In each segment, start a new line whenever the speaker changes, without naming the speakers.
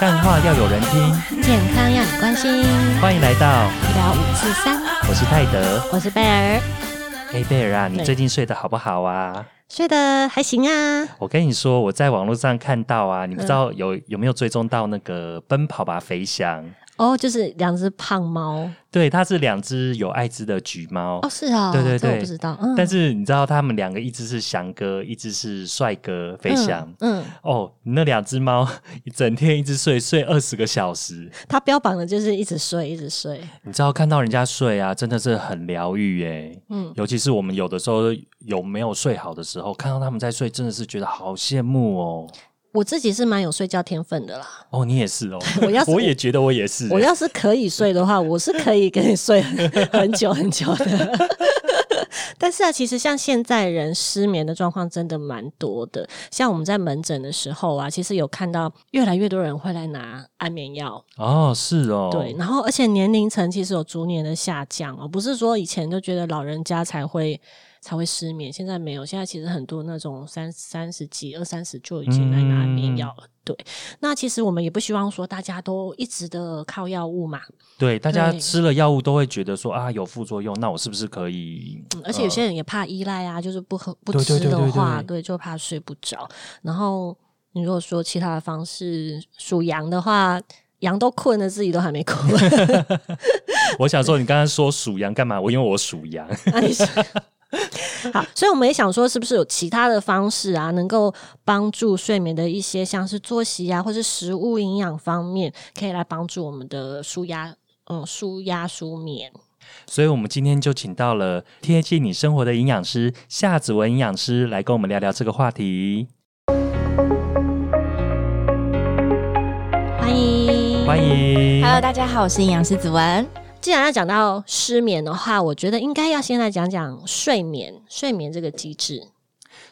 干话要有人听，
健康要你关心。
欢迎来到，
聊五四三，
我是泰 德。
我是贝儿，
哎，贝尔啊，你
对
最近睡得好不好啊？
睡得还行啊。
我跟你说，我在网络上看到啊，你不知道
嗯
有有没有追踪到那个《奔跑吧飞翔》？
哦，就是两只胖猫。
对，它是两只有艾滋的橘猫。
哦，是哦，
对对
这我
对
不知道。嗯，
但是你知道，他们两个一只是翔哥，一只是帅哥飞翔。
嗯，嗯，
哦，你那两只猫 一整天一直睡，睡二十个小时。
它标榜的就是一直睡，一直睡。
你知道看到人家睡啊，真的是很疗愈耶。
嗯
尤其是我们有的时候有没有睡好的时候，看到他们在睡，真的是觉得好羡慕哦。
我自己是蛮有睡觉天分的啦。
哦，你也是哦，
我要是
我也觉得我也是耶。
我要是可以睡 的话，我是可以跟你睡 很很久很久的。 但是啊，其实像现在人失眠的状况真的蛮多的。像我们在门诊的时候啊，其实有看到越来越多人会来拿安眠药，
哦，是哦，
对，然后而且年龄层其实有逐年的下降哦，不是说以前就觉得老人家才会才会失眠，现在没有，现在其实很多那种三三十几、二三十就已经来拿安
嗯
眠药了。对，那其实我们也不希望说大家都一直的靠药物嘛，
对，大家
对
吃了药物都会觉得说啊有副作用，那我是不是可以？
嗯而且有些人也怕依赖啊，就是不喝不
对对
吃
对
的
对
话，
对
对，就怕睡不着。然后你如果说其他的方式，属羊的话，羊都困了，自己都还没困，
我想说，你刚刚说属羊干嘛？我因为我属羊，
那你是好，所以我们也想说，是不是有其他的方式啊，能够帮助睡眠的一些，像是作息啊，或是食物营养方面，可以来帮助我们的舒压，嗯，舒压舒眠。
所以我们今天就请到了贴近你生活的营养师夏子文营养师来跟我们聊聊这个话题。
欢迎，
欢。迎
Hello，大家好，我是营养师子文。
既然要讲到失眠的话，我觉得应该要先来讲讲睡眠，睡眠这个机制。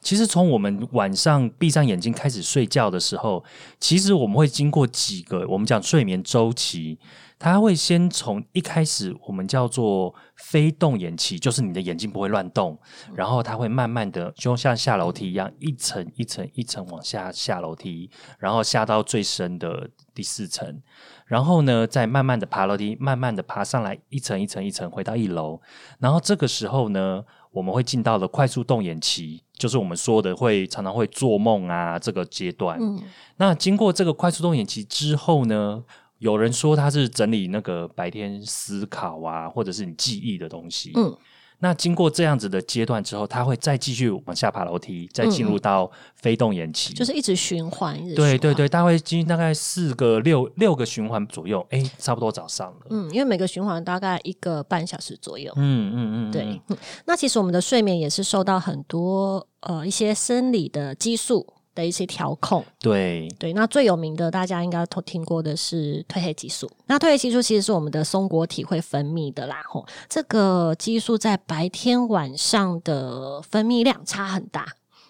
其实从我们晚上闭上眼睛开始睡觉的时候，其实我们会经过几个我们讲睡眠周期，它会先从一开始我们叫做非动眼期，就是你的眼睛不会乱动，然后它会慢慢的就像下楼梯一样，一层一层一层往下下楼梯，然后下到最深的第四层，然后呢再慢慢的爬楼梯，慢慢的爬上来，一层一层一层回到一楼，然后这个时候呢，我们会进到了快速动眼期，就是我们说的会常常会做梦啊这个阶段。
嗯，
那经过这个快速动眼期之后呢，有人说它是整理那个白天思考啊，或者是你记忆的东西。
嗯，
那经过这样子的阶段之后，它会再继续往下爬楼梯，再进入到非动眼期。
嗯就是一直循环，一直循
对
环
对对，它会经历大概四个六六个循环左右，哎，差不多早上了。
嗯，因为每个循环大概一个半小时左右。
嗯嗯嗯，嗯
对， 嗯那其实我们的睡眠也是受到很多呃一些生理的激素的一些调控。
对，
对，那最有名的大家应该都听过的是褪黑激素。那褪黑激素其实是我们的松果体会分泌的啦，吼，这个激素在白天晚上的分泌量差很大。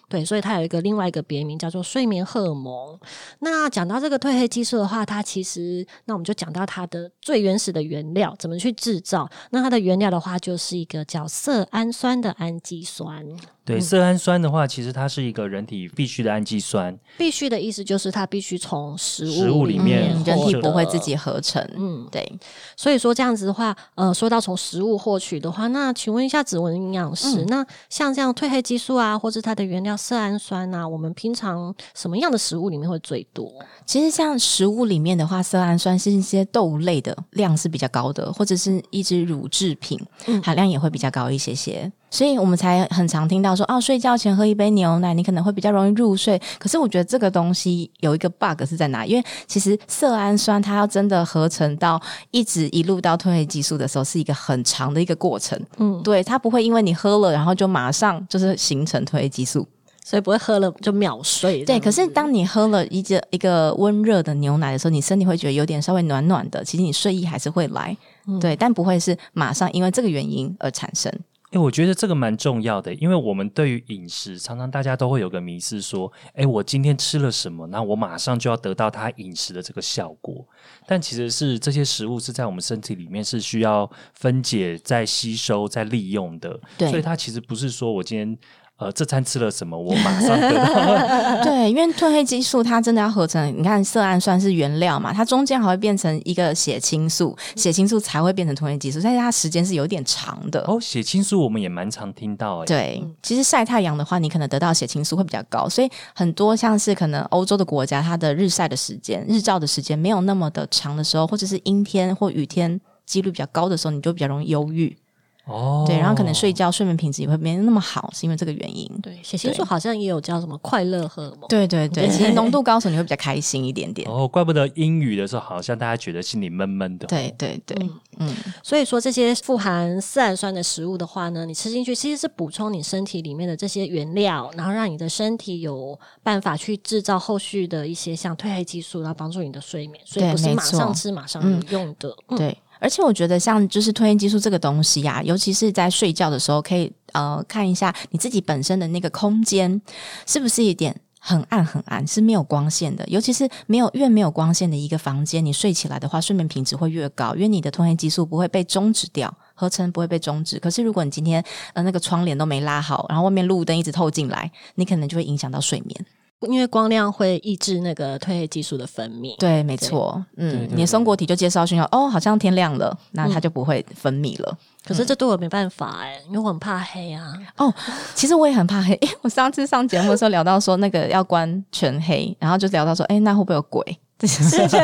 对，所以它有一个另外一个别名叫做睡眠荷尔蒙。那讲到这个褪黑激素的话，它其实那我们就讲到它的最原始的原料怎么去制造。那它的原料的话，就是一个叫色氨酸的氨基酸。
对，色氨酸的话，其实它是一个人体必需的氨基酸。
必须的意思就是它必须从食物
食物里面
面
嗯
人
获
体
得
不会自己合成，
嗯，
对，
所以说这样子的话，呃，说到从食物获取的话，那请问一下指纹营养师，
嗯
那像这样褪黑激素啊，或是它的原料色氨酸啊，我们平常什么样的食物里面会最多？
其实像食物里面的话，色氨酸是一些豆类的量是比较高的，或者是一些乳制品、
嗯
含量也会比较高一些些，所以我们才很常听到说，哦，睡觉前喝一杯牛奶，你可能会比较容易入睡。可是我觉得这个东西有一个 bug 是在哪？因为其实色氨酸它要真的合成到一直一路到褪黑激素的时候，是一个很长的一个过程。
嗯，
对，它不会因为你喝了，然后就马上就是形成褪黑激素。
所以不会喝了就秒睡这
对，
样子。
可是当你喝了一个一个温热的牛奶的时候，你身体会觉得有点稍微暖暖的，其实你睡意还是会来，
嗯
对，但不会是马上因为这个原因而产生。
诶，我觉得这个蛮重要的，因为我们对于饮食，常常大家都会有个迷思，说，诶，我今天吃了什么，那我马上就要得到它饮食的这个效果。但其实是这些食物是在我们身体里面是需要分解、再吸收、再利用的，
对
所以它其实不是说我今天。呃，这餐吃了什么，我马上得 到。
对，因为褪黑激素它真的要合成，你看色氨酸是原料嘛，它中间还会变成一个血清素，血清素才会变成褪黑激素，但是它时间是有点长的。
哦，血清素我们也蛮常听到哎、
对，其实晒太阳的话，你可能得到血清素会比较高，所以很多像是可能欧洲的国家，它的日晒的时间、日照的时间没有那么的长的时候，或者是阴天或雨天几率比较高的时候，你就比较容易忧郁。
哦，
对，然后可能睡觉睡眠品质也会没那么好，是因为这个原因。
对，血清素好像也有叫什么快乐荷尔蒙。
对对对，其实浓度高的时候你会比较开心一点点。
哦，怪不得英语的时候，好像大家觉得心里闷闷的。
对对对，嗯，
所以说，这些富含色氨酸的食物的话呢，你吃进去其实是补充你身体里面的这些原料，然后让你的身体有办法去制造后续的一些像褪黑激素，然后帮助你的睡眠。所以
对
不是
没
马上
错
吃马上有用的。嗯
对。而且我觉得，像就是褪黑激素这个东西呀、尤其是在睡觉的时候，可以呃看一下你自己本身的那个空间是不是一点很暗很暗，是没有光线的。尤其是没有越没有光线的一个房间，你睡起来的话，睡眠品质会越高，因为你的褪黑激素不会被终止掉，合成不会被终止。可是如果你今天呃那个窗帘都没拉好，然后外面路灯一直透进来，你可能就会影响到睡眠。
因为光亮会抑制那个褪黑激素的分泌。
对，没错，
对对对
嗯，你的松果体就接收讯号，哦，好像天亮了，那它就不会分泌了。
可是这对我没办法哎、因为我很怕黑 啊。
哦，其实我也很怕黑，因 为我上次上节目的时候聊到说那个要关全黑，然后就聊到说，哎、那会不会有鬼？这件事情，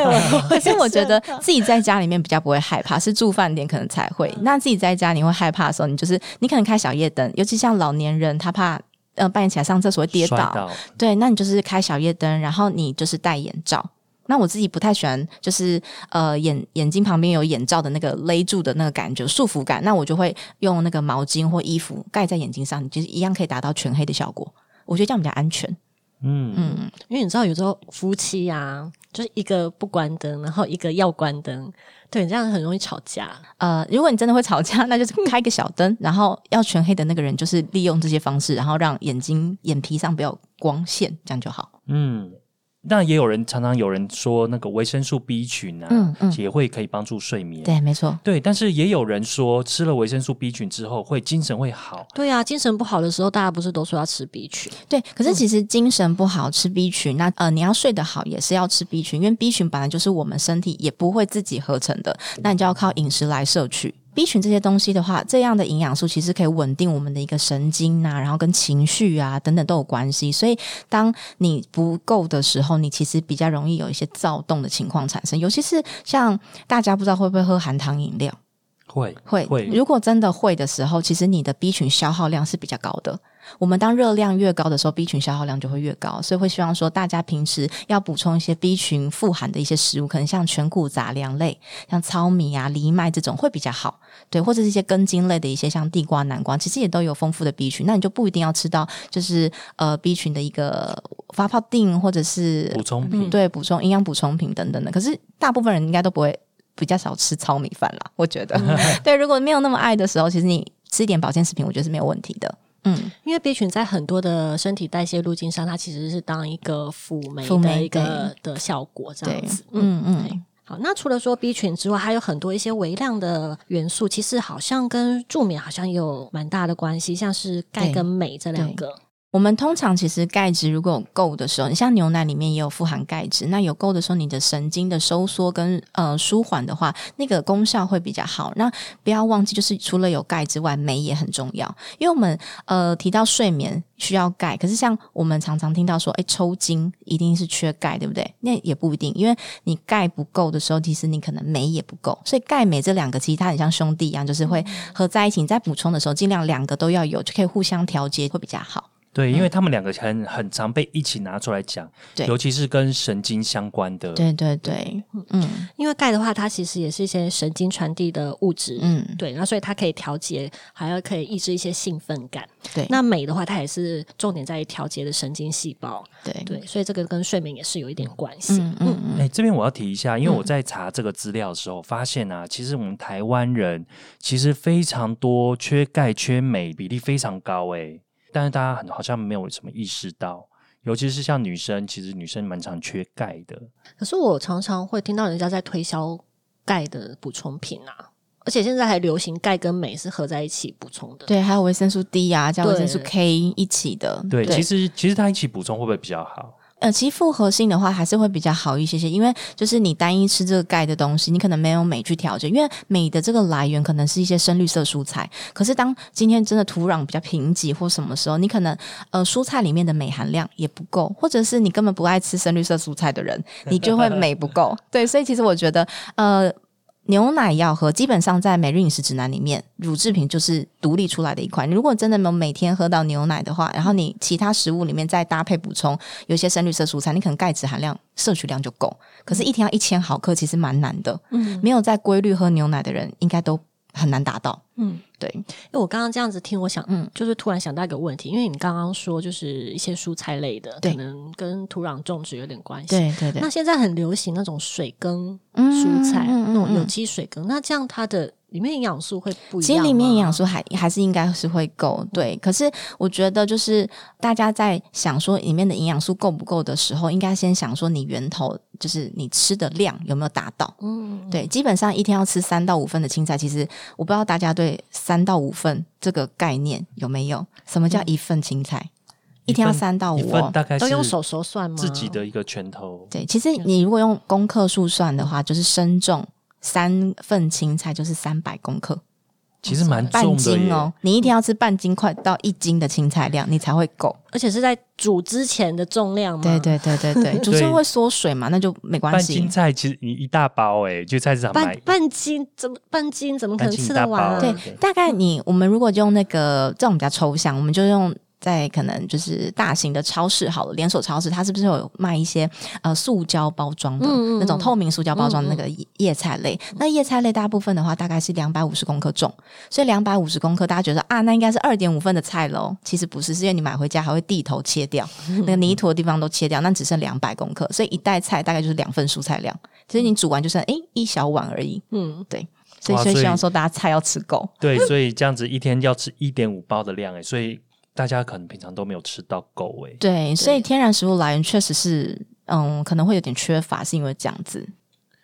可是我觉得自己在家里面比较不会害怕，是住饭店可能才会。那自己在家你会害怕的时候，你就是你可能开小夜灯，尤其像老年人，他怕呃半夜起来上厕所会跌
摔
倒，
到
对，那你就是开小夜灯，然后你就是戴眼罩。那我自己不太喜欢，就是呃眼眼睛旁边有眼罩的那个勒住的那个感觉束缚感，那我就会用那个毛巾或衣服盖在眼睛上，你就是一样可以达到全黑的效果。我觉得这样比较安全。
嗯
嗯，
因为你知道，有时候夫妻啊，就是一个不关灯，然后一个要关灯，对，这样很容易吵架。
呃，如果你真的会吵架，那就是开一个小灯，然后要全黑的那个人就是利用这些方式，然后让眼睛眼皮上不要有光线，这样就好。
嗯。那也有人常常有人说，那个维生素 B 群啊，
嗯嗯
也会可以帮助睡眠。
对，没错。
对，但是也有人说吃了维生素 B 群之后会精神会好，
对啊，精神不好的时候，大家不是都说要吃 B 群？
对，可是其实精神不好吃 B 群，那呃你要睡得好也是要吃 B 群，因为 B 群本来就是我们身体也不会自己合成的，那你就要靠饮食来摄取。B 群这些东西的话，这样的营养素其实可以稳定我们的一个神经啊，然后跟情绪啊等等都有关系。所以，当你不够的时候，你其实比较容易有一些躁动的情况产生，尤其是像大家不知道会不会喝含糖饮料。
会
会，如果真的会的时候，其实你的 B 群消耗量是比较高的。我们当热量越高的时候，B 群消耗量就会越高，所以会希望说大家平时要补充一些 B 群富含的一些食物，可能像全谷杂粮类，像糙米啊、藜麦这种会比较好，对，或者是一些根茎类的一些像地瓜、南瓜，其实也都有丰富的 B 群。那你就不一定要吃到就是呃 B 群的一个发泡定或者是
补充
嗯
品。
对补充营养补充品等等的。可是大部分人应该都不会比较少吃糙米饭啦，我觉得。
嗯
对，如果没有那么爱的时候，其实你吃一点保健食品，我觉得是没有问题的。嗯，
因为 B 群在很多的身体代谢路径上，它其实是当一个辅酶
辅
的
酶
一个的效果这样
对
子，。嗯，
嗯嗯，
好。那除了说 B 群之外，还有很多一些微量的元素，其实好像跟助眠好像也有蛮大的关系，像是钙
对
跟镁这两个。
我们通常其实钙质如果有够的时候，你像牛奶里面也有富含钙质，那有够的时候，你的神经的收缩跟呃舒缓的话，那个功效会比较好。那不要忘记，就是除了有钙之外，镁也很重要，因为我们呃提到睡眠需要钙，可是像我们常常听到说，哎，抽筋一定是缺钙，对不对？那也不一定，因为你钙不够的时候，其实你可能镁也不够，所以钙镁这两个其实它很像兄弟一样，就是会合在一起。你在补充的时候，尽量两个都要有，就可以互相调节，会比较好。
对，因为他们两个很很常被一起拿出来讲，
对
尤其是跟神经相关的。
对对对，嗯
因为钙的话，它其实也是一些神经传递的物质。
嗯，
对，然后所以它可以调节，还要可以抑制一些兴奋感。
对
那镁的话，它也是重点在于调节的神经细胞。
对
对，所以这个跟睡眠也是有一点关系。
哎嗯嗯嗯，
哎，这边我要提一下，因为我在查这个资料的时候，发现啊，其实我们台湾人其实非常多缺钙、缺镁比例非常高，哎，但是大家很好像没有什么意识到，尤其是像女生，其实女生蛮常缺钙的。
可是我常常会听到人家在推销钙的补充品啊，而而且现在还流行钙跟镁是合在一起补充的。
对，还有维生素 D 啊，加维生素
对
K 一起的。
对，其实其实它一起补充会不会比较好？
呃，其实复合性的话还是会比较好一些些，因为就是你单一吃这个钙的东西，你可能没有镁去调整，因为镁的这个来源可能是一些深绿色蔬菜。可是当今天真的土壤比较贫瘠或什么时候，你可能呃蔬菜里面的镁含量也不够，或者是你根本不爱吃深绿色蔬菜的人，你就会镁不够。 对，所以其实我觉得呃。牛奶要喝，基本上在每日饮食指南里面，乳制品就是独立出来的一款。如果真的没有每天喝到牛奶的话，然后你其他食物里面再搭配补充，有一些深绿色蔬菜，你可能钙质含量摄取量就够，可是，一天要一千毫克，其实蛮难的。
嗯
没有在规律喝牛奶的人，应该都很难达到。
嗯，
对，
因为我刚刚这样子听，我想，
嗯
嗯，就是突然想到一个问题，因为你刚刚说就是一些蔬菜类的，
对
可能跟土壤种植有点关系。，
对对
那现在很流行那种水耕
嗯
蔬菜，
嗯
那
嗯
种有
嗯
机水耕，那这样它的里面营养素会不一样吗？
其实里面营养素还还是应该是会够，对。可是我觉得就是大家在想说里面的营养素够不够的时候，应该先想说你源头就是你吃的量有没有达到。
嗯，嗯，
对，基本上一天要吃三到五份的青菜。其实我不知道大家对三到五份这个概念有没有？什么叫一份青菜？一天要三到
一
五、哦
份，大概
都
是
用手手算吗？
自己的一个拳头，
对，其实你如果用公克数算的话，就是生重三份青菜就是三百公克，
其实蛮
半
重的
斤
耶。
哦。你一天要吃半斤快到一斤的青菜量，你才会够。
而且是在煮之前的重量吗？
对对对对对， 煮
对
出会缩水嘛，那就没关
半
系
斤。菜其实你一大包哎、去菜市场买
半，半斤怎么半斤怎么可
半
能
斤
吃
一大
得
包
完啊？
对嗯
对，
大概你我们如果就用那个这种比较抽象，我们就用。在可能就是大型的超市好了，连锁超市它是不是有卖一些呃塑胶包装的、
嗯嗯嗯
那种透明塑胶包装的那个叶叶菜类？那叶菜类大部分的话大概是两百五十公克重，所以两百五十公克大家觉得啊，那应该是二点五份的菜喽。其实不是，是因为你买回家还会地头切掉，那个泥土的地方都切掉，那只剩两百公克，所以一袋菜大概就是两份蔬菜量。其实你煮完就剩诶、一小碗而已，
嗯，
所以
哇所
所以
以
希望说大家菜要吃够。
对，所以这样子一天要吃一点五包的量哎、所以大家可能平常都没有吃到够哎、
对，所以天然食物来源确实是，嗯，可能会有点缺乏，是因为这样子。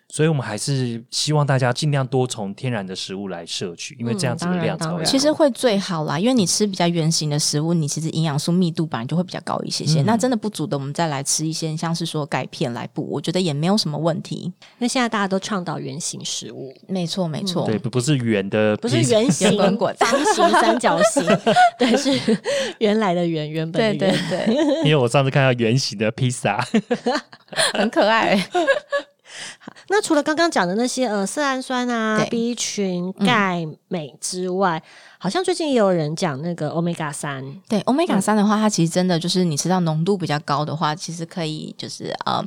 所以我们还是希望大家尽量多从天然的食物来摄取，因为这样子
嗯
的
当然
量才
当
会
然
好。
其实会最好啦，因为你吃比较圆形的食物，你其实营养素密度本来就会比较高一些些。那真的不足的，我们再来吃一些像是说钙片来补，我觉得也没有什么问题。
因为现在大家都倡导原型食物，
没错，没错。
对，不不是圆的
不
披萨，
是圆形、
圆滚滚
方 形、三角形，对，是原来的圆，原本的
对
圆。
对 对，
因为我上次看到圆形的披萨，
很可爱。
那除了刚刚讲的那些呃色氨酸啊
对、
B 群、钙、镁之外，好像最近也有人讲那个 omega 三，
对，omega 三的话，它其实真的就是你吃到浓度比较高的话，其实可以就是呃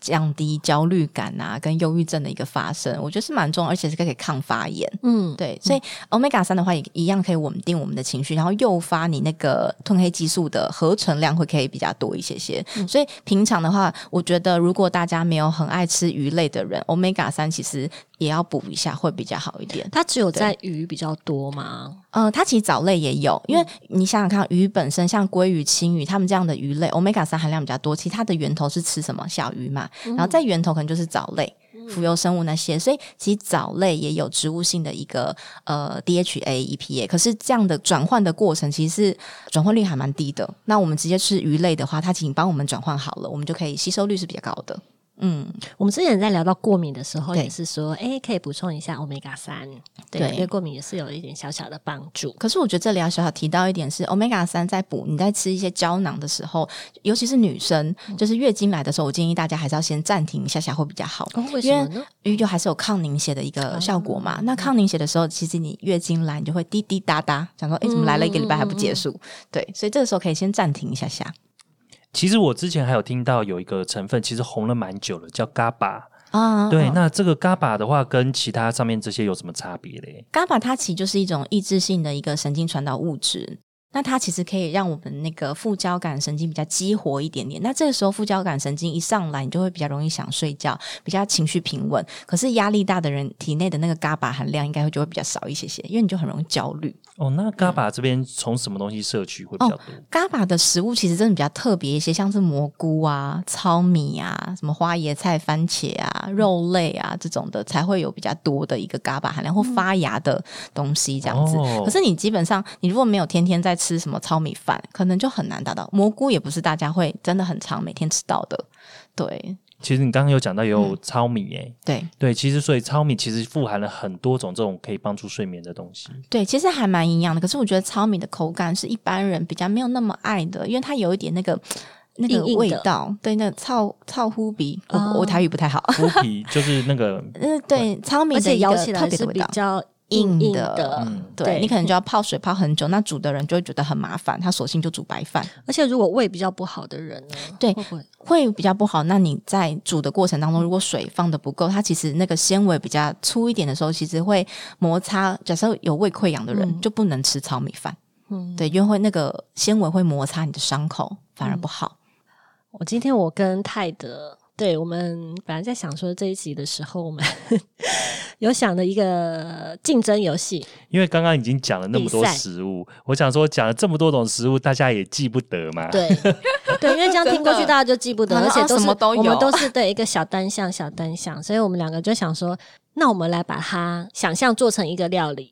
降低焦虑感啊跟忧郁症的一个发生，我觉得是蛮重要，而且是可以抗发炎。
嗯，
对，所以 omega 三的话也一样可以稳定我们的情绪，然后诱发你那个褪黑激素的合成量会可以比较多一些些。
嗯
所以平常的话，我觉得如果大家没有很爱吃鱼类的人，omega 三其实也要补一下会比较好一点。
它只有在鱼比较多嘛，
呃，它其实藻类也有，因为你想想看，鱼本身像鲑鱼、青鱼，它们这样的鱼类，omega 三含量比较多。其实它的源头是吃什么？小鱼嘛，然后在源头可能就是藻类、浮游生物那些，所以其实藻类也有植物性的一个呃 DHA、EPA。可是这样的转换的过程，其实是转换率还蛮低的。那我们直接吃鱼类的话，它已经帮我们转换好了，我们就可以吸收率是比较高的。嗯，
我们之前在聊到过敏的时候，
对
也是说，哎、可以补充一下 omega 三，对，
对
对过敏也是有一点小小的帮助。
可是我觉得这里要小小提到一点是，omega 三在补你在吃一些胶囊的时候，尤其是女生，就是月经来的时候，我建议大家还是要先暂停一下下会比较好。
哦，为
因
什么
为
呢？
鱼油还是有抗凝血的一个效果嘛。那抗凝血的时候，其实你月经来，你就会滴滴答答，想说，哎、怎么来了一个礼拜还不结束？对，所以这个时候可以先暂停一下下。
其实我之前还有听到有一个成分，其实红了蛮久了，叫 GABA。
嗯
啊，
对，那这个 GABA 的话，跟其他上面这些有什么差别嘞？
GABA 它其实就是一种抑制性的一个神经传导物质。那它其实可以让我们那个副交感神经比较激活一点点。那这个时候副交感神经一上来，你就会比较容易想睡觉，比较情绪平稳。可是压力大的人体内的那个伽巴含量应该会就会比较少一些些，因为你就很容易焦虑。
哦，那 GABA 这边从什么东西摄取会比较
哦
多？
伽巴的食物其实真的比较特别一些，像是蘑菇啊、糙米啊、什么花椰菜、番茄
嗯
啊、肉类啊这种的，才会有比较多的一个伽巴含量或发芽的东西这样子。
哦
可是你基本上，你如果没有天天在吃什么糙米饭，可能就很难达到。蘑菇也不是大家会真的很常每天吃到的，对
其实你刚刚有讲到有
嗯
糙米、欸诶、
对。
对，其实所以糙米其实富含了很多种这种可以帮助睡眠的东西。
对，其实还蛮营养的。可是我觉得糙米的口感是一般人比较没有那么爱的，因为它有一点那个那个
硬硬的
味道，对，那个糙糙乎鼻，我、
哦
我台语不太好。
麸 皮就是那个，
嗯，对，糙米
而
的
且
一个
咬起
特
来
别
是
的味
比
道。
较硬
硬
硬
的
的，
嗯，
对
对
你可 能就要泡水泡很久，那煮的人就会觉得很麻烦，他索性就煮白饭，
而且如果胃比较不好的人呢，
对
会不会
会比较不好。那你在煮的过程当中，如果水放的不够，它其实那个纤维比较粗一点的时候，其实会摩擦。假设有胃溃疡的人、
嗯
就不能吃糙米饭，
嗯，
对，因为会那个纤维会摩擦你的伤口，反而
嗯
不好。
我今天我跟泰德，对我们本来在想说这一集的时候，我们 有想的一个竞争游戏，
因为刚刚已经讲了那么多
比赛
食物，我想说讲了这么多种食物，大家也记不得嘛。
对对，因为这样听过去大家就记不得，
真的
而且都
啊什
是
么都有
我们都是对一个小单项小单项，所以我们两个就想说，那我们来把它想象做成一个料理。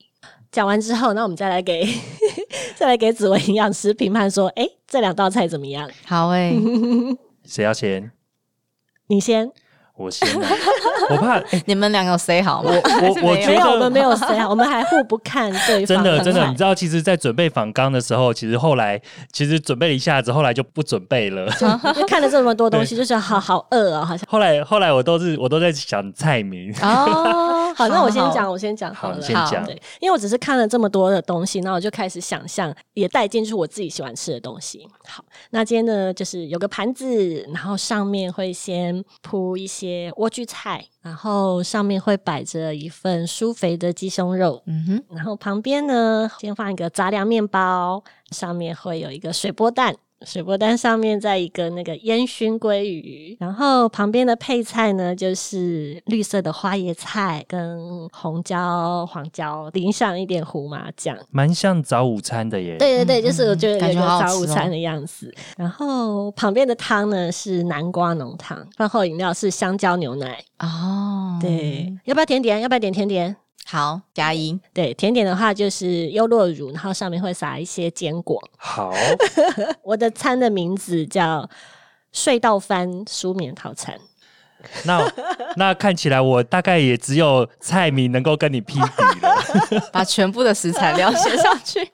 讲完之后，那我们再来给 再来给紫薇营养师评判说，哎、这两道菜怎么样？
好欸诶、
谁要先？
你先，
我先啊、 我怕、 哎
你们两个有 say 好吗？还是
我
没有
觉
没有，
得
我们没有谁，啊我们还互不看对
真
方。
的
很
真的，
坏
你知道，其实，在准备访纲的时候，其实后来其实准备了一下子，后来就不准备了。
就 看了这么多东西，就是好好饿哦，好像。
后来后来我都是我都在想菜名，
哦，
好，那我先
好
讲，。我先讲好
好
了。
你先
好
讲。
对，因为我只是看了这么多的东西，那我就开始想象，也带进去我自己喜欢吃的东西。好，那今天呢，就是有个盘子，然后上面会先铺一些莴苣菜，然后上面会摆着一份酥肥的鸡胸肉，
嗯哼，
然后旁边呢，先放一个杂粮面包，上面会有一个水波蛋，水波蛋上面再一个那个烟熏鲑鱼，然后旁边的配菜呢就是绿色的花椰菜跟红椒、黄椒，淋上一点胡麻酱。
蛮像早午餐的耶。，
对对对，
嗯
就是我觉
嗯
得有一个
感觉好好吃
早午餐的样子。然后旁边的汤呢是南瓜浓汤，饭后饮料是香蕉牛奶。
哦，
对，，要不要甜点？要不要点甜点？
好，加一，
对，甜点的话就是优酪乳，然后上面会撒一些坚果。
好，
我的餐的名字叫睡到翻舒眠套餐。
那那看起来我大概也只有菜名能够跟你匹敌了。
把全部的食材 料写上去。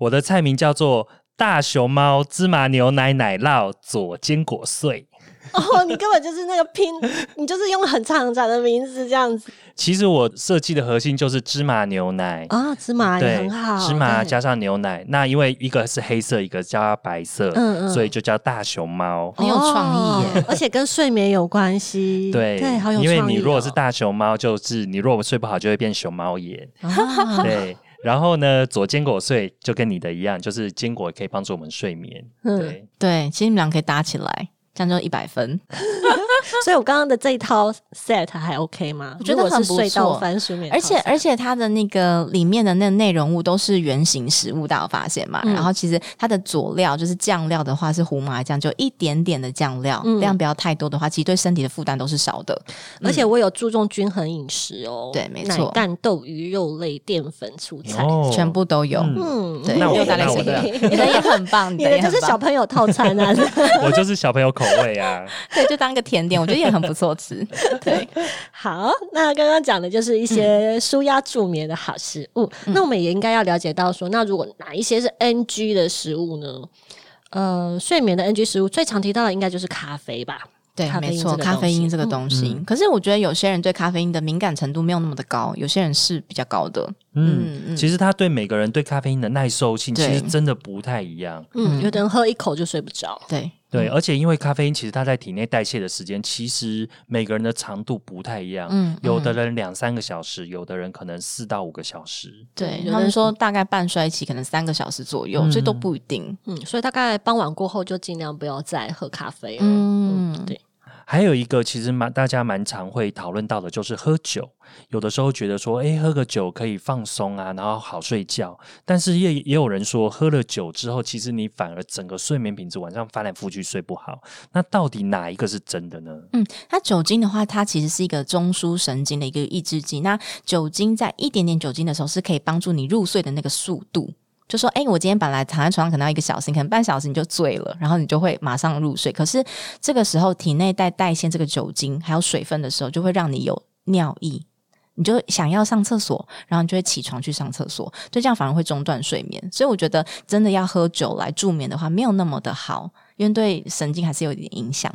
我的菜名叫做大熊猫芝麻牛奶奶酪佐坚果碎。
哦，你根本就是那个拼，你就是用很长很长的名字这样子
其实我设计的核心就是芝麻牛奶。
啊、芝麻也
对
很好，，
芝麻
对
加上牛奶，那因为一个是黑色，一个加白色，
嗯嗯
所以就叫大熊猫。
很有创意耶
哦而且跟睡眠有关系。
对，
对，好有
因
创意、
为
哦。
你如果是大熊猫，就是你如果睡不好就会变熊猫 眼。
啊
对，然后呢，左坚果睡就跟你的一样，就是坚果可以帮助我们睡眠。
嗯
对，
对，其实你们俩可以搭起来，这样就一百分。
所以我刚刚的这一套 set 还 OK 吗？
我觉得
如果
很
是
不
睡到
错
翻舒眠套
而
餐，
且而且它的那个里面的那内容物都是原型食物，大家有发现嘛？
嗯
然后其实它的佐料就是酱料的话是胡麻酱，就一点点的酱料，
嗯
量不要太多的话，其实对身体的负担都是少的。
而
嗯
且我有注重均衡饮食哦，
对没
奶
错
蛋、豆、鱼、肉类、淀粉、蔬菜，
哦
全部都有。
嗯
嗯，
对，
那我
六大类
那
食
我的
品，你的 也很棒，
你
的
的
也
就
很
是小
棒，
朋友套餐啊。
我就是小朋友口味 啊。
对，就当个甜点，我觉得也很不错吃。 对，
好，那刚刚讲的就是一些舒压助眠的好食物。那我们也应该要了解到说，那如果哪一些是 NG 的食物呢？呃，睡眠的 NG 食物最常提到的应该就是咖啡吧。
对，
咖啡
没
因
错，
这个
咖
东
啡因
西
这个
嗯
东西。可是我觉得有些人对咖啡因的敏感程度没有那么的高，有些人是比较高的。
嗯，
嗯嗯
其实它对每个人对咖啡因的耐受性其
对
实真的不太一样。
嗯，
嗯
有的人喝一口就睡不着。
对
对，，而且因为咖啡因其实它在体内代谢的时间，其实每个人的长度不太一样，
嗯
有的
嗯
人两三个小时，有的人可能四到五个小时。
对
有的
他们
人
说大概半衰期可能三个小时左右，所以都不一定。
嗯，所以大概傍晚过后就尽量不要再喝咖啡了。
嗯
嗯，对，
还有一个其实蛮大家蛮常会讨论到的，就是喝酒。有的时候觉得说，诶，喝个酒可以放松啊，然后好睡觉。但是也也有人说，喝了酒之后，其实你反而整个睡眠品质晚上翻来覆去睡不好。那到底哪一个是真的呢？
嗯，它酒精的话，它其实是一个中枢神经的一个抑制剂。那酒精在一点点酒精的时候，是可以帮助你入睡的那个速度。就说，哎、我今天本来躺在床上可能要一个小时，你可能半小时你就醉了，然后你就会马上入睡。可是这个时候，体内在代谢这个酒精还有水分的时候，就会让你有尿意，你就想要上厕所，然后你就会起床去上厕所，就这样反而会中断睡眠。所以我觉得，真的要喝酒来助眠的话，没有那么的好，因为对神经还是有一点影响。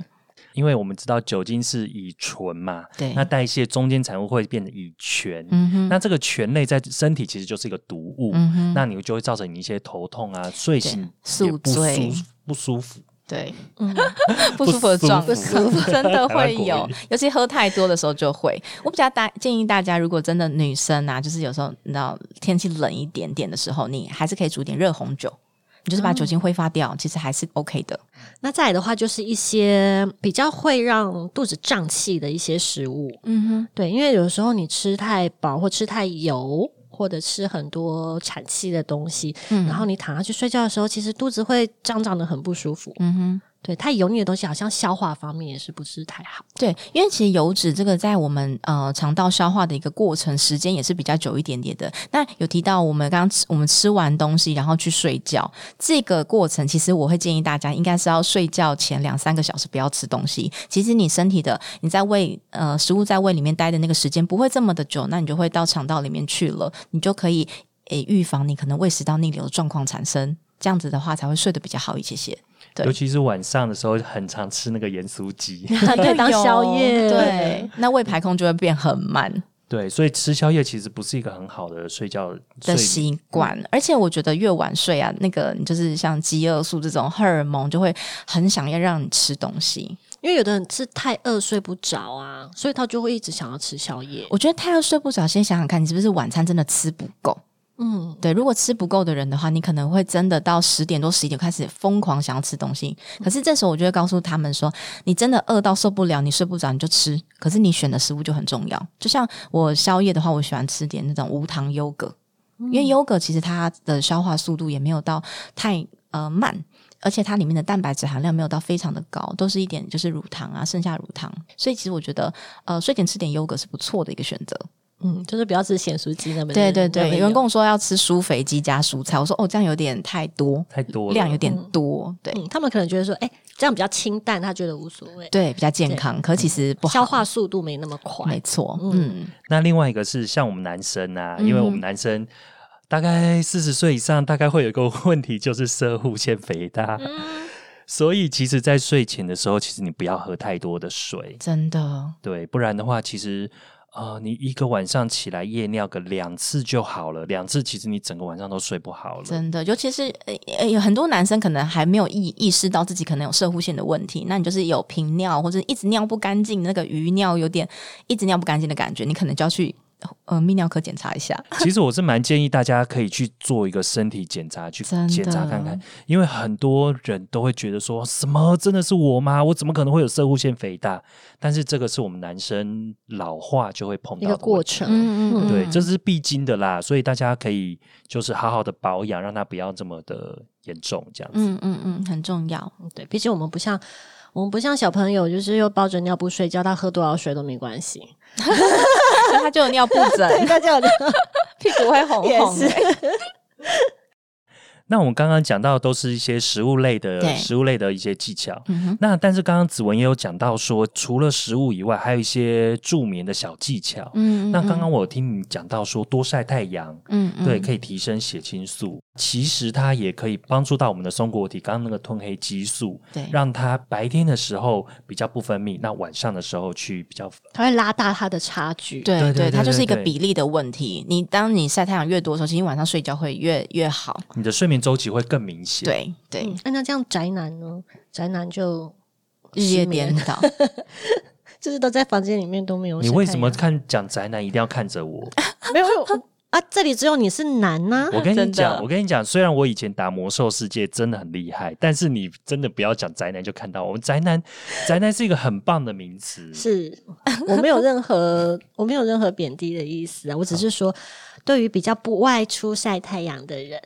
因为我们知道酒精是乙醇嘛，
对，
那代谢中间产物会变成乙醛。
嗯哼。
那这个醛类在身体其实就是一个毒物，
嗯哼，
那你就会造成你一些头痛啊、睡醒
宿
也不舒
醉
不舒服。
对，
嗯，
不舒服的状
不舒
况 真的会
台湾
有
国语，
尤其喝太多的时候就会。我比较大建议大家，如果真的女生啊，就是有时候你知道天气冷一点点的时候，你还是可以煮点热红酒，你就是把酒精挥发掉，其实还是 OK 的。
那再来的话就是一些比较会让肚子胀气的一些食物，
嗯哼，
对，因为有时候你吃太饱或吃太油，或者吃很多产气的东西，
嗯
然后你躺下去睡觉的时候，其实肚子会胀胀的很不舒服。
嗯哼。
对，太油腻的东西好像消化方面也是不是太 好。
对，因为其实油脂这个在我们呃肠道消化的一个过程时间也是比较久一点点的。那有提到我们刚刚吃我们吃完东西然后去睡觉这个过程，其实我会建议大家应该是要睡觉前两三个小时不要吃东西。其实你身体的你在胃呃食物在胃里面待的那个时间不会这么的久，那你就会到肠道里面去了，你就可以诶预防你可能胃食道逆流的状况产生。这样子的话才会睡得比较好一些些。对
尤其是晚上的时候，很常吃那个盐酥 鸡。
对当宵夜
对，那胃排空就会变很慢。
对，所以吃宵夜其实不是一个很好的睡觉
的
睡眠嗯
习惯，而且我觉得越晚睡啊，那个你就是像饥饿素这种荷尔蒙，就会很想要让你吃东西。
因为有的人是太饿睡不着啊，所以他就会一直想要吃宵夜。
我觉得太要睡不着，先想想看，你是不是晚餐真的吃不够？
嗯，
对，如果吃不够的人的话，你可能会真的到十点多、十一点开始疯狂想要吃东西。可是这时候，我就会告诉他们说，你真的饿到受不了，你睡不着，你就吃。可是你选的食物就很重要。就像我宵夜的话，我喜欢吃点那种无糖优格，因为优格其实它的消化速度也没有到太呃慢。而且它里面的蛋白质含量没有到非常的高，都是一点就是乳糖啊，剩下乳糖，所以其实我觉得，呃，睡前吃点优格是不错的一个选择。
嗯，就是不要吃咸酥鸡那么
对对对，有人跟
工
我说要吃酥肥鸡加蔬菜，我说哦，这样有点太多，
太多了，
量有点多，对、
嗯，他们可能觉得说，哎、这样比较清淡，他觉得无所谓，
对，比较健康，可其实不好
消化速度没那么快
没。错，
嗯
嗯，
那另外一个是像我们男生啊，因为我们男生大概四十岁以上，大概会有一个问题就是射护腺肥大，
嗯
所以其实，在睡前的时候，其实你不要喝太多的水，
真的，
对，不然的话，其实。呃，你一个晚上起来夜尿个两次就好了，两次其实你整个晚上都睡不好了。
真的，尤其是呃呃，有很多男生可能还没有意意识到自己可能有射护腺的问题，那你就是有频尿或者一直尿不干净，那个余尿有点一直尿不干净的感觉，你可能就要去呃泌尿科检查一下，
其实我是蛮建议大家可以去做一个身体检查，去
真的
检查看看，因为很多人都会觉得说什么真的是我吗？我怎么可能会有射护腺肥大？但是这个是我们男生老化就会碰
一
到
个
的
过
问题。
程，
嗯
对，这是必经的啦，所以大家可以就是好好的保养，让它不要这么的严重，这样子。
嗯嗯嗯，很重要，
对，毕竟我们不像我们不像小朋友，就是又抱着尿布睡觉，他喝多少水都没关系。
所以他就有尿布疹，
大 家有
屁股会红
也
红
是
的、
那我们刚刚讲到都是一些食物类的
对
食物类的一些技巧。
嗯哼，
那但是刚刚子文也有讲到说，除了食物以外，还有一些助眠的小技巧。
嗯，嗯
那刚刚我有听你讲到说多晒太阳，
嗯嗯
对，可以提升血清素。其实它也可以帮助到我们的松果体，刚刚那个褪黑激素，
对，
让它白天的时候比较不分泌，那晚上的时候去比较
它会拉大它的差距。
对
对对对
它就是一个
对
比例的问题。你当你晒太阳越多的时候，其实晚上睡觉会越越好。
你的睡眠周期会更明显。，
对对，
嗯，哎那这样宅男呢？宅男就
日夜
失眠
颠倒。
就是都在房间里面都没有。
你为什么看讲宅男一定要看着我？
没有 啊？这里只有你是男啊呐、
我跟你
真
讲，
的
我跟你讲，虽然我以前打魔兽世界真的很厉害，但是你真的不要讲宅男就看到我们宅男，宅男是一个很棒的名词。
是我没有任何我没有任何贬低的意思啊，我只是说，对于比较不外出晒太阳的人，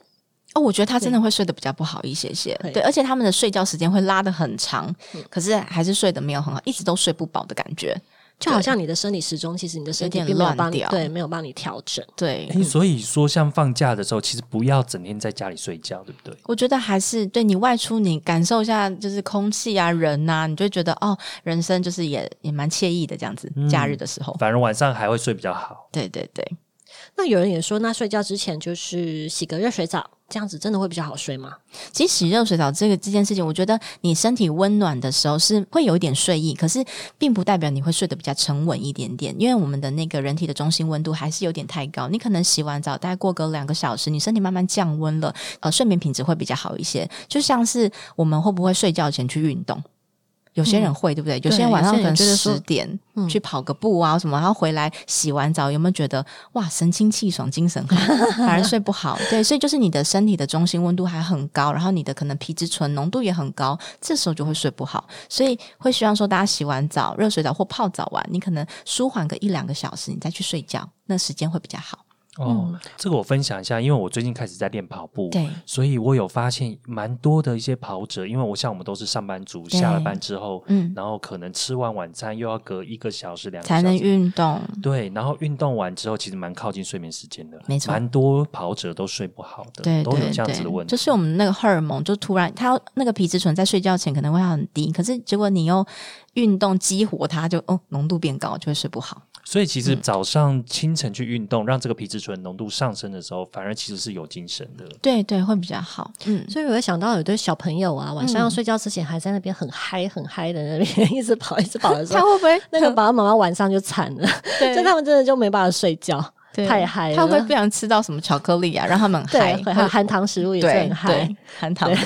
哦，我觉得他真的会睡得比较不好一些些，
对
对，而且他们的睡觉时间会拉得很长，
嗯
可是还是睡得没有很好，一直都睡不饱的感觉。
就好像你的生理时钟，其实你的身体
有点
并没有
乱
帮你
掉
对没有帮你调整。
对，
诶，所以说像放假的时候，其实不要整天在家里睡觉，对不对？
我觉得还是对你外出，你感受一下就是空气啊、人呐、你就会觉得哦，人生就是也也蛮惬意的这样子。
嗯
假日的时候，
反而晚上还会睡比较好。
对对对，
那有人也说，那睡觉之前就是洗个热水澡，这样子真的会比较好睡吗？
其实洗热水澡这个这件事情，我觉得你身体温暖的时候是会有一点睡意，可是并不代表你会睡得比较沉稳一点点，因为我们的那个人体的中心温度还是有点太高。你可能洗完澡，大概过个两个小时，你身体慢慢降温了，呃，睡眠品质会比较好一些。就像是我们会不会睡觉前去运动？有些
嗯
人会，对不对？有些人晚上可能
有些人觉得说
十点
嗯
去跑个步啊什么，然后回来洗完澡，有没有觉得哇神清气爽，精神很好，反而睡不好？对，所以就是你的身体的中心温度还很高，然后你的可能皮质醇浓度也很高，这时候就会睡不好。所以会希望说大家洗完澡、热水澡或泡澡完，你可能舒缓个一两个小时，你再去睡觉，那时间会比较好。
哦，这个我分享一下，因为我最近开始在练跑步。
嗯对，
所以我有发现蛮多的一些跑者，因为我像我们都是上班族，
对
下了班之后，
嗯，
然后可能吃完晚餐又要隔一个小时、两个小
才
时
能运动。
对，然后运动完之后，其实蛮靠近睡眠时间的，
没错
蛮多跑者都睡不好的，
对
都有
对
这样子的
对，
问题。
就是我们那个荷尔蒙就突然，它那个皮质醇在睡觉前可能会很低，可是结果你又运动激活它就，哦浓度变高，就会睡不好。
所以其实早上清晨去运动，让这个皮质醇浓度上升的时候，反而其实是有精神的。
对对，会比较好。嗯，
所以我会想到有对小朋友啊，晚上要睡觉之前还在那边很嗨很嗨的那边一直跑一直跑的时
他
候，
会不会
那个爸爸妈妈晚上就惨了，就他们真的就没办法睡觉，
对
太嗨了
他会不会不想吃到什么巧克力啊，让他们
对
嗨，？
会还有含糖食物也是
对
很 嗨
对，，含糖的。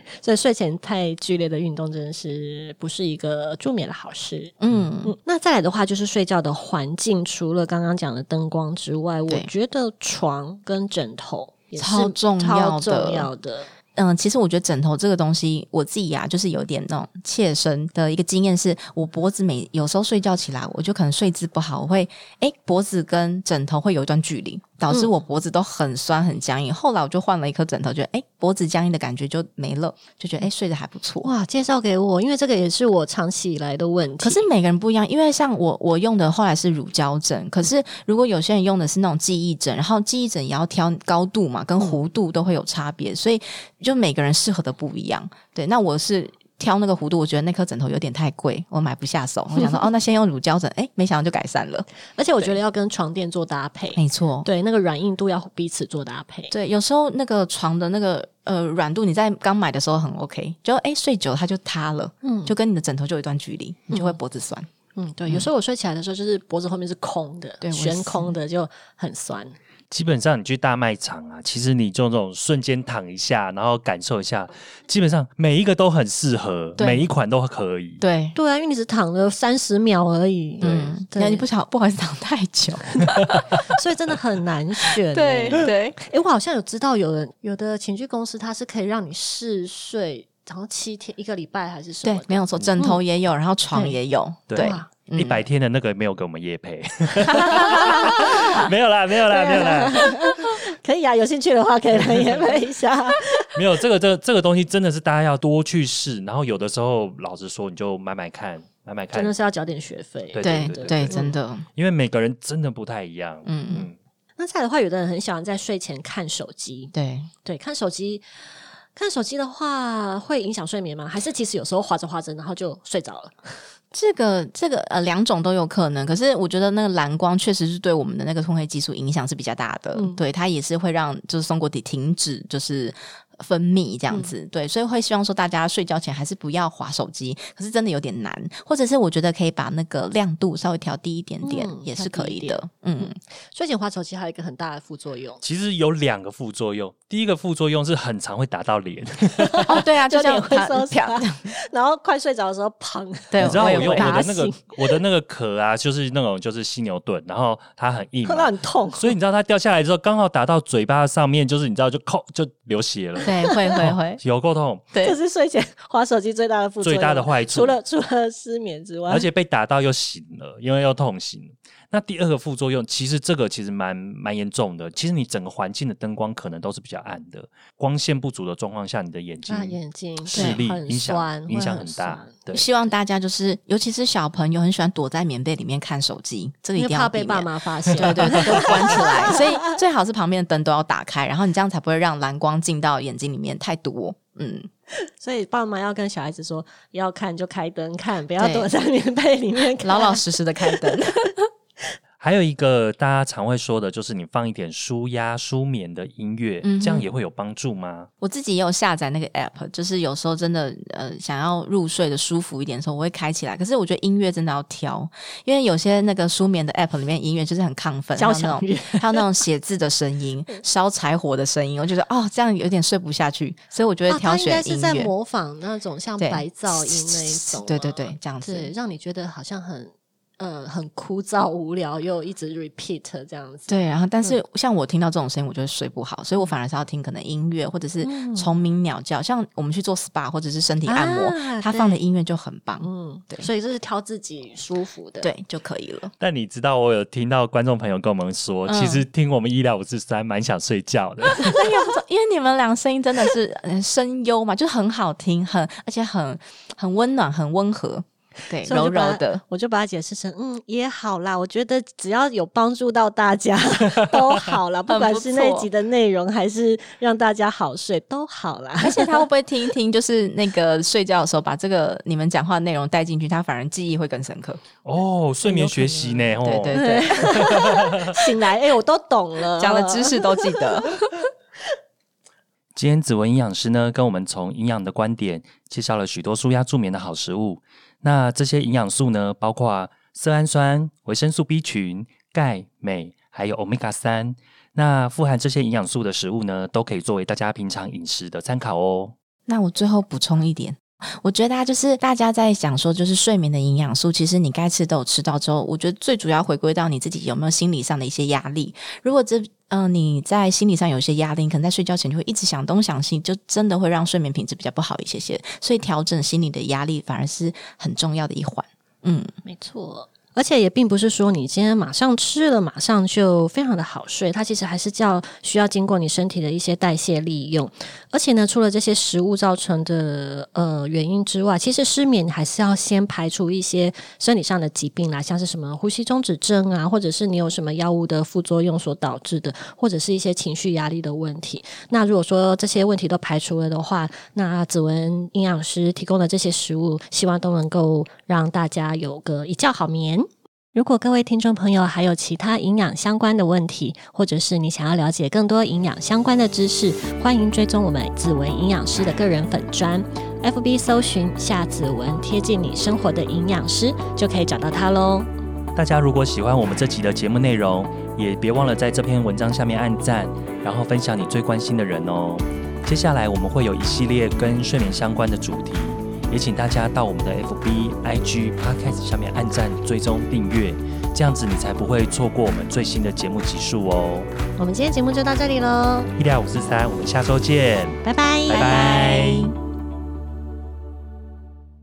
所以睡前太剧烈的运动真的是不是一个助眠的好事。
嗯，
嗯，那再来的话就是睡觉的环境，除了刚刚讲的灯光之外，我
对
觉得床跟枕头也是
超重要
超
的
重要的。
嗯，其实我觉得枕头这个东西，我自己啊，就是有点那种切身的一个经验是，我脖子每有时候睡觉起来，我就可能睡姿不好，我会诶脖子跟枕头会有一段距离，导致
嗯
我脖子都很酸很僵硬。后来我就换了一颗枕头，觉得诶脖子僵硬的感觉就没了，就觉得诶睡得还不错。
哇，介绍给我，因为这个也是我长期以来的问题。
可是每个人不一样，因为像我，我用的后来是乳胶枕，可是如果有些人用的是那种记忆枕，然后记忆枕也要挑高度嘛，跟弧度都会有差别，所以就每个人适合的不一样。对，那我是。挑那个弧度，我觉得那颗枕头有点太贵，我买不下手。我想说，哦，那先用乳胶枕，哎，没想到就改善了。
而且我觉得要跟床垫做搭配，
没错，
对，那个软硬度要彼此做搭配。
对，有时候那个床的那个呃软度，你在刚买的时候很 OK，就哎睡久了它就塌了，
嗯
就跟你的枕头就有一段距离，你就会脖子酸。
嗯，对，有时候我睡起来的时候，就是脖子后面是空的，
对我也
悬
是
空的就很酸。
基本上你去大卖场啊，其实你就这种瞬间躺一下，然后感受一下，基本上每一个都很适合，
对
每一款都可以。
对，
对啊，因为你只躺了三十秒而已，
嗯，
对
那你不想不好意思躺太久，
所以真的很难选。
对，对，
哎、我好像有知道有人有的情趣公司，它是可以让你试睡，好像七天一个礼拜还是什么
对
的？，
没有错，枕头也有，然后床也有，
对
对，
哇
一百天的那个没有给我们业配， 没有啦，没有啦，没有啦，
可以啊，有兴趣的话 可以来 研究一下。
没有这个这个这个东西真的是大家要多去试，然后有的时候老实说，你就买买看，买买看
真的，是要缴点学费。
对对
对对，
对
真的，
因为每个人真的不太一样。
嗯嗯，
嗯，
那再来的话，有的人很喜欢在睡前看手机，
对。
对，看手机。看手机的话会影响睡眠吗？还是其实有时候划着划着，然后就睡着了？
这个这个呃，两种都有可能，可是我觉得那个蓝光确实是对我们的那个褪黑激素影响是比较大的，
嗯
对它也是会让就是松果体停止就是分泌这样子，对，所以会希望说大家睡觉前还是不要划手机，可是真的有点难，或者是我觉得可以把那个亮度稍微调低一点点、
嗯
也是可以
调
的，嗯，
睡前滑手机还有一个很大的副作用，
其实有两个副作用，第一个副作用是很常会打到脸，
哦对 啊，就像
脸会
它
受
漂
伤，然后快睡着的时候，砰，
对，
你知道我
也
用我
会
的
打
那个
醒
我的那个壳啊，就是那种就是犀牛盾，然后它很硬嘛
碰到很痛。
所以你知道它掉下来之后，刚好打到嘴巴上面，就是你知道就扣就流血了，
对，会
哦
会会，
有够痛，
这
对，
是睡前滑手机最大的副作
最
用，
大的坏处
除。了啊除了失眠之外，
而且被打到又醒了，因为又痛醒。那第二个副作用，其实这个其实蛮蛮严重的。其实你整个环境的灯光可能都是比较暗的，光线不足的状况下，你的眼睛
那啊眼睛对
视力
很
影
酸
响影响很大
酸。
对，
希望大家就是，尤其是小朋友很喜欢躲在棉被里面看手机，这个一
因为
定
怕
要避
被
免
爸妈 发现，
对对对，都关起来，所以最好是旁边的灯都要打开，然后你这样才不会让蓝光进到眼睛里面太多。嗯，
所以爸妈要跟小孩子说，要看就开灯看，不要
对
躲在棉被里面看。
老老实实的开灯。
还有一个大家常会说的就是，你放一点舒压、舒眠的音乐，
嗯哼
这样也会有帮助吗？
我自己也有下载那个 app，就是有时候真的呃想要入睡的舒服一点的时候，我会开起来。可是我觉得音乐真的要挑，因为有些那个舒眠的 app 里面音乐就是很亢奋，还
交
有那
响
种
乐，
还有那种写字的声 音、烧柴火的声音，我就觉得哦这样有点睡不下去，所以我就会
啊
挑
他应该
选
是
音
在
乐。
模仿那种像
对
白噪音那一种吗，啊
对对对，这样子。
对，让你觉得好像很呃很枯燥无聊，又一直 repeat 这样子。
对，然后但
嗯
是像我听到这种声音，我就会睡不好，所以我反而是要听可能音乐或者是
嗯
虫鸣鸟叫，像我们去做 SPA 或者是身体按摩，
啊
它放的
对
音乐就很棒，
嗯，
对
所以就是挑自己舒服的。，
对就可以 了。
但你知道，我有听到观众朋友跟我们说，
嗯
其实听我们一聊五四三蛮想睡觉 的。
那也不错，因为你们俩声音真的是呃声优嘛，就是很好听，很而且很很温暖，很温和，对，
所以我
柔
就把
柔的。
我就把它解释成，嗯，也好啦，我觉得只要有帮助到大 家都好啦，不
很
管
不
是那一
错
集的内容，还是让大家好睡都好啦。
而且他会不会听一听，就是那个睡觉的时候把这个你们讲话的内容带进去，他反而记忆会更深刻。
哦，睡眠学习呢？哦，
对对对，
醒来，哎、我都懂了，嗯
讲的知识都记得。
今天子文营养师呢，跟我们从营养的观点介绍了许多舒压助眠的好食物。那这些营养素呢，包括色氨酸、维生素 B 群、钙、镁，还有 omega 三。那富含这些营养素的食物呢，都可以作为大家平常饮食的参考哦。
那我最后补充一点。我觉得啊，就是大家在讲说，就是睡眠的营养素，其实你该吃都有吃到之后，我觉得最主要回归到你自己有没有心理上的一些压力。如果这嗯、你在心理上有一些压力，你可能在睡觉前就会一直想东想西，就真的会让睡眠品质比较不好一些些。所以调整心理的压力反而是很重要的一环。嗯，
没错。而且也并不是说你今天马上吃了，马上就非常的好睡，它其实还是叫需要经过你身体的一些代谢利用。而且呢，除了这些食物造成的呃原因之外，其实失眠还是要先排除一些生理上的疾病啦，像是什么呼吸中止症啊，或者是你有什么药物的副作用所导致的，或者是一些情绪压力的问题。那如果说这些问题都排除了的话，那子文营养师提供的这些食物，希望都能够让大家有个一觉好眠。如果各位听众朋友还有其他营养相关的问题，或者是你想要了解更多营养相关的知识，欢迎追踪我们子文营养师的个人粉专，FB 搜寻夏子文，贴近你生活的营养师就可以找到他喽。
大家如果喜欢我们这集的节目内容，也别忘了在这篇文章下面按赞，然后分享你最关心的人哦。接下来我们会有一系列跟睡眠相关的主题，也请大家到我们的 FB、IG、Podcast 下面按赞、追踪、订阅，这样子你才不会错过我们最新的节目集数哦。
我们今天节目就到这里喽，
一六五四三，我们下周见，
拜拜，
拜拜